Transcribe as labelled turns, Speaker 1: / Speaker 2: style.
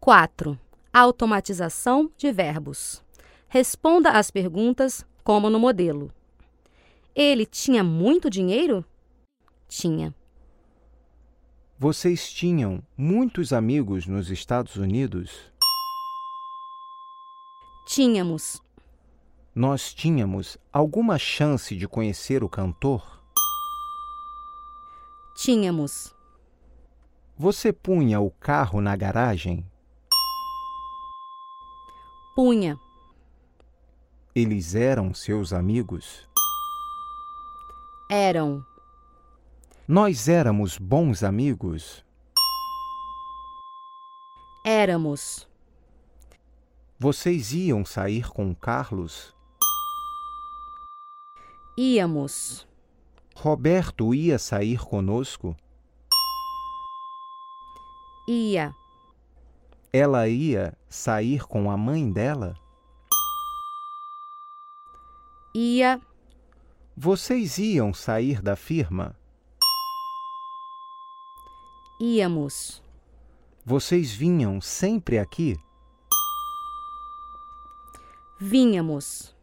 Speaker 1: 4. Automatização de verbos. Responda às perguntas como no modelo. Ele tinha muito dinheiro? Tinha.
Speaker 2: Vocês tinham muitos amigos nos Estados Unidos?
Speaker 1: Tínhamos.
Speaker 2: Nós tínhamos alguma chance de conhecer o cantor?
Speaker 1: Tínhamos.
Speaker 2: Você punha o carro na garagem?
Speaker 1: Punha.
Speaker 2: Eles eram seus amigos?
Speaker 1: Eram.
Speaker 2: Nós éramos bons amigos?
Speaker 1: Éramos.
Speaker 2: Vocês iam sair com o Carlos?
Speaker 1: Íamos.
Speaker 2: Roberto ia sair conosco?
Speaker 1: Ia.
Speaker 2: Ela ia sair com a mãe dela?
Speaker 1: Ia.
Speaker 2: Vocês iam sair da firma?
Speaker 1: Íamos.
Speaker 2: Vocês vinham sempre aqui?
Speaker 1: Vinhamos.